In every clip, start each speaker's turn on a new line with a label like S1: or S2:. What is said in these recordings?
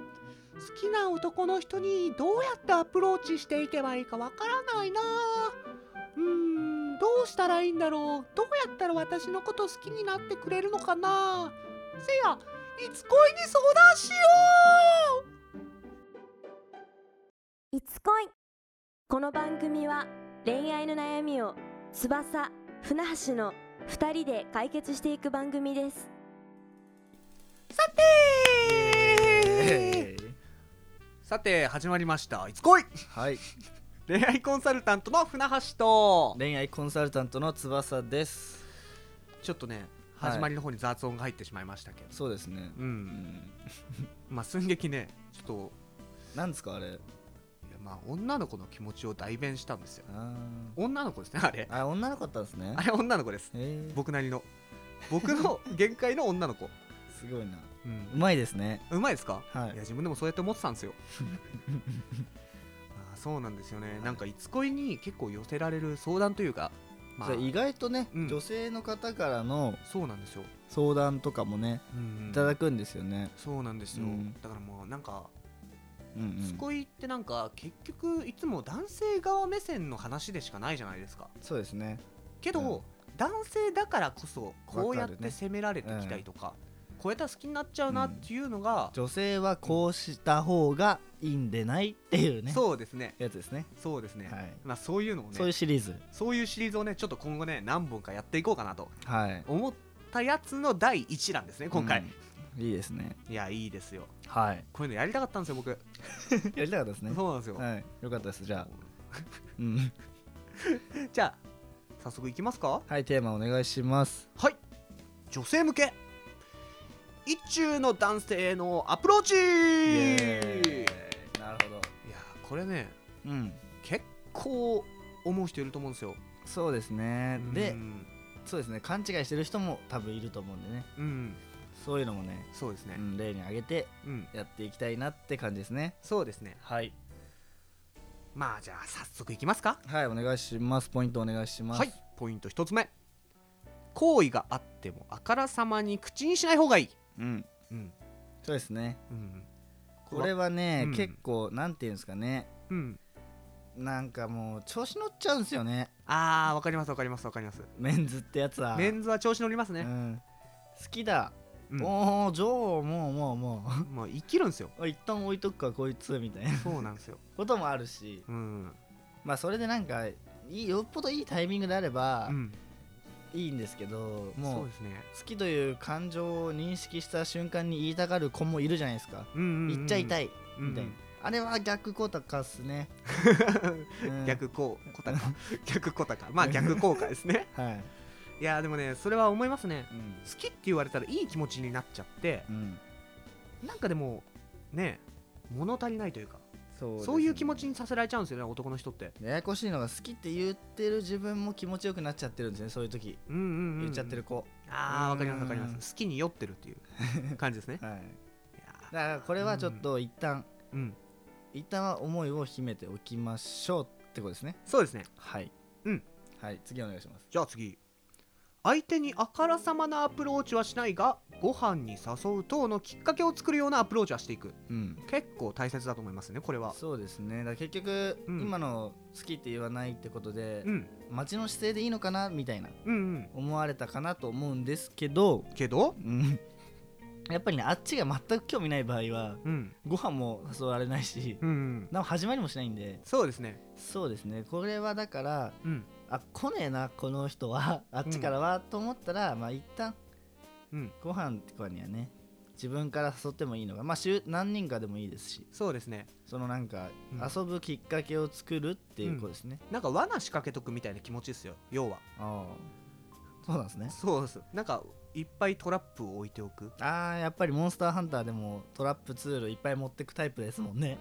S1: 好きな男の人にどうやってアプローチしていけばいいかわからないなうーんどうしたらいいんだろうどうやったら私のこと好きになってくれるのかなせやいつ恋に相談しよう
S2: いつ恋この番組は恋愛の悩みを翼船橋の2人で解決していく番組です
S1: さてさて始まりました「いつ恋
S3: はい、」
S1: 恋愛コンサルタントの船橋と
S3: 恋愛コンサルタントの翼です。
S1: ちょっとね
S3: はい
S1: 始まりの方に雑音が入ってしまいましたけど、
S3: そうですね。
S1: う
S3: うんん、
S1: まあ寸劇ねちょっと
S3: なんですかあれ。
S1: いやまあ女の子の気持ちを代弁したんですよ
S3: あ
S1: 女の子ですねあれ
S3: ーあ、女の子だったんですね
S1: あ。れ女の子です
S3: えー、
S1: 僕なりの僕の限界の女の子
S3: すごいな。
S1: う
S3: うんまいですね。
S1: うまいですか、
S3: はい
S1: や自分でもそうやって思ってたん ですよあーそうなんですよねなんかいつ恋に結構寄せられる相談というかまあ
S3: じゃあ意外とね、
S1: うん
S3: 女性の方からの
S1: そうなんですよ、
S3: 相談とかもね、
S1: うん
S3: いただくんですよね。
S1: そうなんですよ、
S3: うん
S1: だからもうなんか
S3: うん、うん。
S1: つこいってなんか結局いつも男性側目線の話でしかないじゃないですか
S3: そうですね。
S1: けど、
S3: うん
S1: 男性だからこそこうやっ
S3: わかるね
S1: て責められてきたりとかこうやったら好きになっちゃうなっていうのが、
S3: 女性はこうした方がいいんでないっていうね。
S1: そうですね
S3: やつですね。
S1: そうですね、
S3: はい
S1: まあ、そういうのをね
S3: そういうシリーズ。
S1: そういうシリーズをねちょっと今後ね何本かやっていこうかなと
S3: はい。
S1: 思ったやつの第一弾ですね今回、
S3: うんいいですね。
S1: いやいいですよ
S3: はい。
S1: こういうのやりたかったんですよ僕、
S3: やりたかったですね。
S1: そうなんですよ、
S3: はい。よかったです。じゃあ。うん。
S1: じゃあ早速いきますか
S3: はい、テーマお願いします。
S1: はい女性向け一中の男性へのアプローチ
S3: イ
S1: い
S3: エーイなるほど。
S1: やこれね
S3: うん。
S1: 結構思う人いると思うんですよ
S3: そうですね。
S1: う
S3: で、
S1: ん、
S3: そうですね。勘違いしてる人も多分いると思うんでね。
S1: うん
S3: そういうのもね、
S1: そうです
S3: う
S1: ね、
S3: ん、例に挙げて
S1: うん
S3: やっていきたいなって感じですね。
S1: そうですね
S3: はい。
S1: まあじゃあ早速いきますか
S3: はい、お願いします。ポイントお願いします。
S1: はい。ポイント一つ目好意があってもあからさまに口にしない方がいい
S3: うん。
S1: うん
S3: そうですね。
S1: うん
S3: これはね、
S1: うん
S3: 結構、なんていうんですかね。
S1: うん
S3: なんかもう、調子乗っちゃうんですよね。
S1: あーわかりますわかりますわかります
S3: メンズってやつは。
S1: メンズは調子乗ります
S3: う
S1: ね、
S3: ん。好きだ。
S1: うん
S3: おお、女王、もう、もう、もう。
S1: もう生きるんですよ
S3: おい一旦置いとくかこいつみたいな
S1: そうなんですよ
S3: こともあるし
S1: うん
S3: まあそれでなんかいいよっぽどいいタイミングであれば
S1: うん
S3: いいんですけど、
S1: そ
S3: も
S1: う
S3: う
S1: ですね
S3: 好きという感情を認識した瞬間に言いたがる子もいるじゃないですか、
S1: うんうんうん
S3: 言っちゃいた
S1: い、
S3: い
S1: うん
S3: みたいな、あれは逆効果っ すね、うん
S1: 逆こう こたか逆こたかまあ逆効果ですね
S3: はい、
S1: いやーでもねそれは思いますね
S3: うん
S1: 好きって言われたらいい気持ちになっちゃって
S3: うん
S1: なんかでもね物足りないというか
S3: そうですね
S1: そういう気持ちにさせられちゃうんですよね男の人って
S3: ややこしいのが好きって言ってる自分も気持ちよくなっちゃってるんですねそういう時
S1: うんうんうんうん
S3: 言っちゃってる子、
S1: ああわかりますわかり
S3: うん
S1: ます好きに酔ってるっていう感じですね
S3: は
S1: い
S3: い、
S1: やー
S3: だからこれはちょっと一旦
S1: うん
S3: 一旦は思いを秘めておきましょうってことですね
S1: そうですね
S3: はい
S1: うん
S3: はい次お願いします
S1: じゃあ次相手にあからさまなアプローチはしないがご飯に誘う等のきっかけを作るようなアプローチはしていく
S3: うん
S1: 結構大切だと思いますねこれは
S3: そうですねだから結局、
S1: うん
S3: 今の好きって言わないってことで、
S1: うん
S3: 街の姿勢でいいのかなみたいな
S1: うんうん
S3: 思われたかなと思うんですけど、
S1: けど
S3: うん、 やっぱりねあっちが全く興味ない場合は
S1: うん
S3: ご飯も誘われないし、
S1: うんうん
S3: なお始まりもしないんで
S1: そうですね
S3: そうですねこれはだから
S1: うん
S3: あ来ねえなこの人はあっちからは、と思ったらまあ一旦
S1: うん
S3: ご飯とかにはね自分から誘ってもいいのがまあ週何人かでもいいですし
S1: そうですね
S3: そのなんか、
S1: うん
S3: 遊ぶきっかけを作るっていうことですね、
S1: なんか罠仕掛けとくみたいな気持ちですよ要は
S3: ああそうなんですね
S1: そうですなんかいっぱいトラップを置いておく
S3: ああやっぱりモンスターハンターでもトラップツールいっぱい持ってくタイプですもんね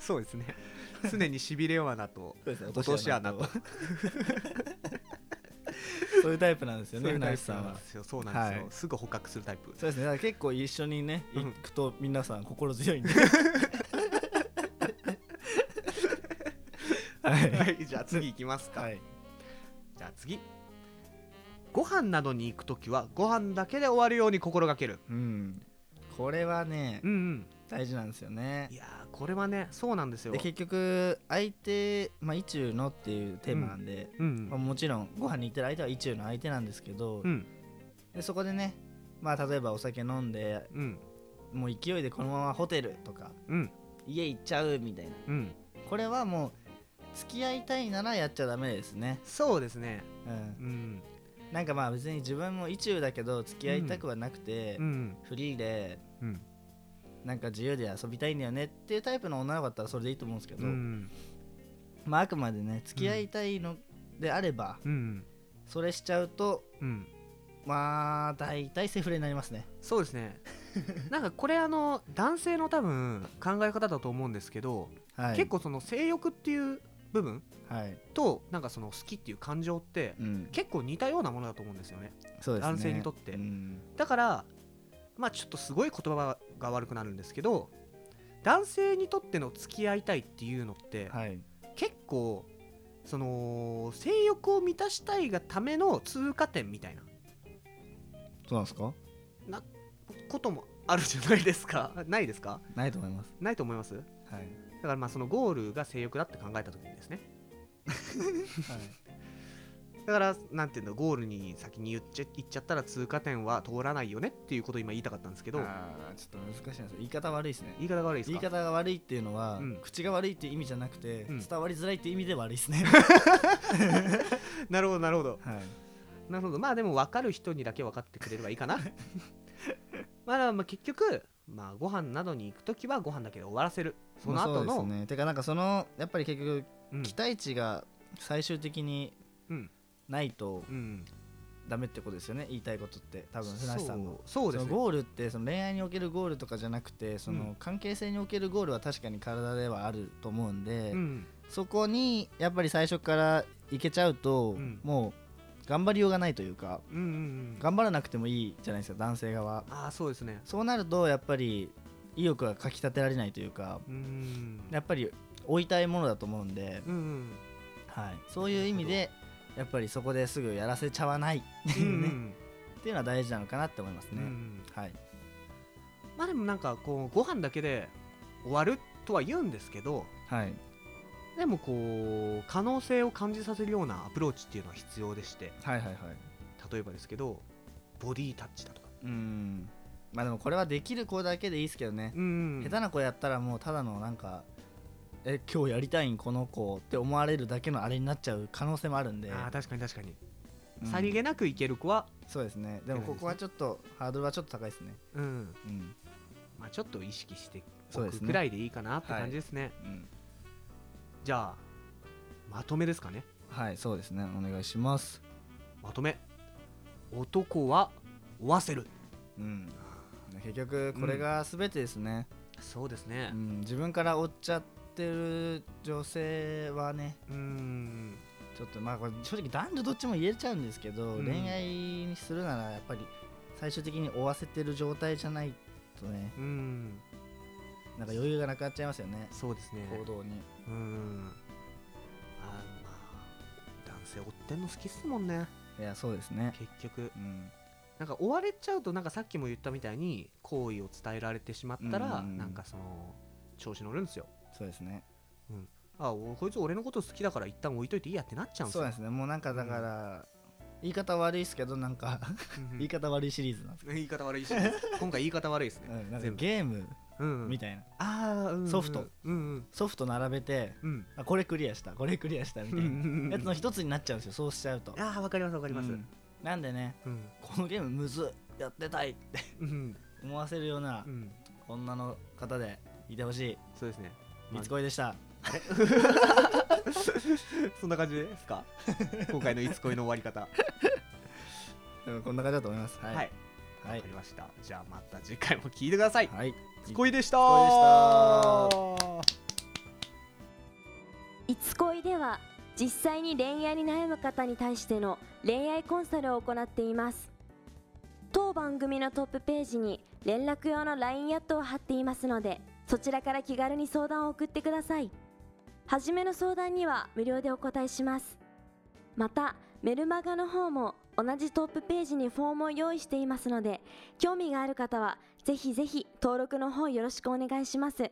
S1: そうですね 常にしびれ罠と落
S3: 落
S1: とし穴と
S3: そういうタイプなんですよね
S1: そういうタ
S3: 船
S1: イプ
S3: 橋さん
S1: なん
S3: は
S1: ですよそうなんですよ、
S3: はい
S1: すぐ捕獲するタイプ
S3: そうですねだから結構一緒にね
S1: うん
S3: 行くと皆さん心 強いんではい
S1: はい、じゃあ次行きますか、
S3: はい
S1: じゃあ次ご飯などに行くときはご飯だけで終わるように心がける
S3: うんこれはね
S1: うんうん
S3: 大事なんですよね
S1: いやーこれはねそうなんですよ
S3: で結局相手、まあ、意中のっていうテーマなんで、
S1: うん
S3: まあ、もちろんご飯に行ってる相手は意中の相手なんですけど、
S1: うん
S3: でそこでねまあ例えばお酒飲んで
S1: うん
S3: もう勢いでこのままホテルとか
S1: うん
S3: 家行っちゃうみたいな
S1: うん
S3: これはもう付き合いたいならやっちゃダメですね、
S1: そうですね
S3: うん、
S1: うん
S3: なんかまあ別に自分も意中だけど付き合いたくはなくて、
S1: うん
S3: フリーで
S1: うん
S3: なんか自由で遊びたいんだよねっていうタイプの女の子だったらそれでいいと思うんですけど、
S1: うん
S3: まああくまでね付き合いたいのであれば、
S1: うん
S3: それしちゃうと
S1: うん
S3: まあ大体セフレになりますね
S1: そうです ねなんかこれあの男性の多分考え方だと思うんですけど、
S3: はい
S1: 結構その性欲っていう部分
S3: はい、
S1: となんかその好きっていう感情って
S3: うん、
S1: 結構似たようなものだと思うんですよね
S3: そうですね
S1: 男性にとって
S3: うん
S1: だからまあちょっとすごい言葉が悪くなるんですけど男性にとっての付き合いたいっていうのって
S3: はい
S1: 結構その性欲を満たしたいがための通過点みたいな
S3: そうなんですか
S1: こともあるじゃないですかないですか
S3: ないと思います
S1: ないと思いますだ
S3: はい、はい、
S1: からまあそのゴールが性欲だって考えた時にですねだからなんていうんだゴールに先に言っちゃ行っちゃったら通過点は通らないよねっていうことを今言いたかったんですけ ど
S3: あーちょっと難しいんですよ言い方悪いですね
S1: 言い方が悪いです
S3: 言い
S1: か
S3: 方が悪いっていうのは、
S1: うん
S3: 口が悪いっていう意味じゃなくて、
S1: うん
S3: 伝わりづらいっていう意味で悪 いですね
S1: なるほどなるほど
S3: はい
S1: なるほどまあでも分かる人にだけ分かってくれればいい かなまあだからまあ結局まあご飯などに行く時はご飯だけで終わらせるその
S3: まあ
S1: 後
S3: そう
S1: の、
S3: ですねてかなんかそのやっぱり結局
S1: うん
S3: 期待値が最終的に
S1: うん
S3: ないと
S1: うん
S3: ダメってことですよね言いたいことって多分
S1: そ
S3: 船橋さんの
S1: うそうです
S3: そ
S1: ね
S3: のゴールってその恋愛におけるゴールとかじゃなくてそ
S1: うん
S3: の関係性におけるゴールは確かに体ではあると思うんで、
S1: うん
S3: そこにやっぱり最初からいけちゃうと、
S1: うん
S3: もう頑張りようがないというか
S1: うんうんうん
S3: 頑張らなくてもいいじゃないですか男性側
S1: ああそうですね
S3: そうなるとやっぱり意欲がかきたてられないというか
S1: うん
S3: やっぱり追いたいものだと思うんで、
S1: うんうん
S3: はい、そういう意味でやっぱりそこですぐやらせちゃわないって
S1: う
S3: い
S1: ん
S3: う
S1: う
S3: ね、っ
S1: ん
S3: ていうのは大事なのかなって思います
S1: う
S3: ね、
S1: ん
S3: はい
S1: まあでもなんかこうご飯だけで終わるとは言うんですけど
S3: はい
S1: でもこう可能性を感じさせるようなアプローチっていうのは必要でして
S3: はいはいはい
S1: 例えばですけどボディタッチだとか
S3: うんまあでもこれはできる子だけでいいですけどね、
S1: うん
S3: 下手な子やったらもうただのなんかえ今日やりたいんこの子って思われるだけのあれになっちゃう可能性もあるんで
S1: あー確かに確かに、
S3: うん
S1: さりげなくいける子は、
S3: そうですねでもここはちょっとハードルはちょっと高いですね
S1: うん
S3: うん、
S1: まあ、ちょっと意識して
S3: そ
S1: お
S3: うです
S1: く
S3: ね
S1: くらいでいいかなって感じですね
S3: うん、
S1: じゃあまとめですかね
S3: はいそうですねお願いします
S1: まとめ男は追わせる
S3: うん結局これが全てですね、
S1: そうですね
S3: うん自分から追っちゃってる女性はね
S1: うん
S3: ちょっとまあこれ正直男女どっちも言えちゃうんですけど、
S1: うん
S3: 恋愛にするならやっぱり最終的に追わせてる状態じゃないとね
S1: うん
S3: なんか余裕がなくなっちゃいますよね
S1: そうですね
S3: 行動に
S1: うんあーまあ男性追ってんの好きっすもんね
S3: いやそうですね
S1: 結局
S3: うん
S1: なんか追われちゃうとなんかさっきも言ったみたいに好意を伝えられてしまったら、
S3: うん
S1: なんかその調子乗るんですよ
S3: そうですね
S1: あおこいつ俺のこと好きだから一旦置いといていいやってなっちゃうんです
S3: そう
S1: よ
S3: で。すねもうなんかだから、言い方悪いですけどなんか
S1: うん
S3: 言い方悪いシリーズなんです
S1: 言い方悪いし、 今回言い方悪いです
S3: けど、
S1: ね。
S3: うんなんか
S1: 全部
S3: ゲーム
S1: うん
S3: みたいな、
S1: ああ、うん
S3: ソフト。
S1: うん
S3: ソフト並べて
S1: うん
S3: あこれクリアしたこれクリアしたみ
S1: う。
S3: たいなん やつの一つになっちゃうんですよそうしちゃうと
S1: ああ、わかりますわかります。
S3: う
S1: うん
S3: んなんでねこのゲームむずっやってたいって
S1: うん
S3: 思わせるような
S1: うん
S3: 女の方でいてほしい
S1: そうですね。
S3: 三つ恋でした、
S1: そんな感じですか 今回のいつ恋の終わり方。
S3: うんこんな感じだと思いますは
S1: はいい。わ
S3: はい
S1: かりました。じゃあまた次回も聞いてください。
S3: はい
S1: いつ恋でした
S3: いつ
S2: いつ恋では実際に恋愛に悩む方に対しての恋愛コンサルを行っています当番組のトップページに連絡用の LINE アットを貼っていますのでそちらから気軽に相談を送ってください初めの相談には無料でお答えしますまたメルマガの方も同じトップページにフォームを用意していますので興味がある方はぜひぜひ登録の方よろしくお願いします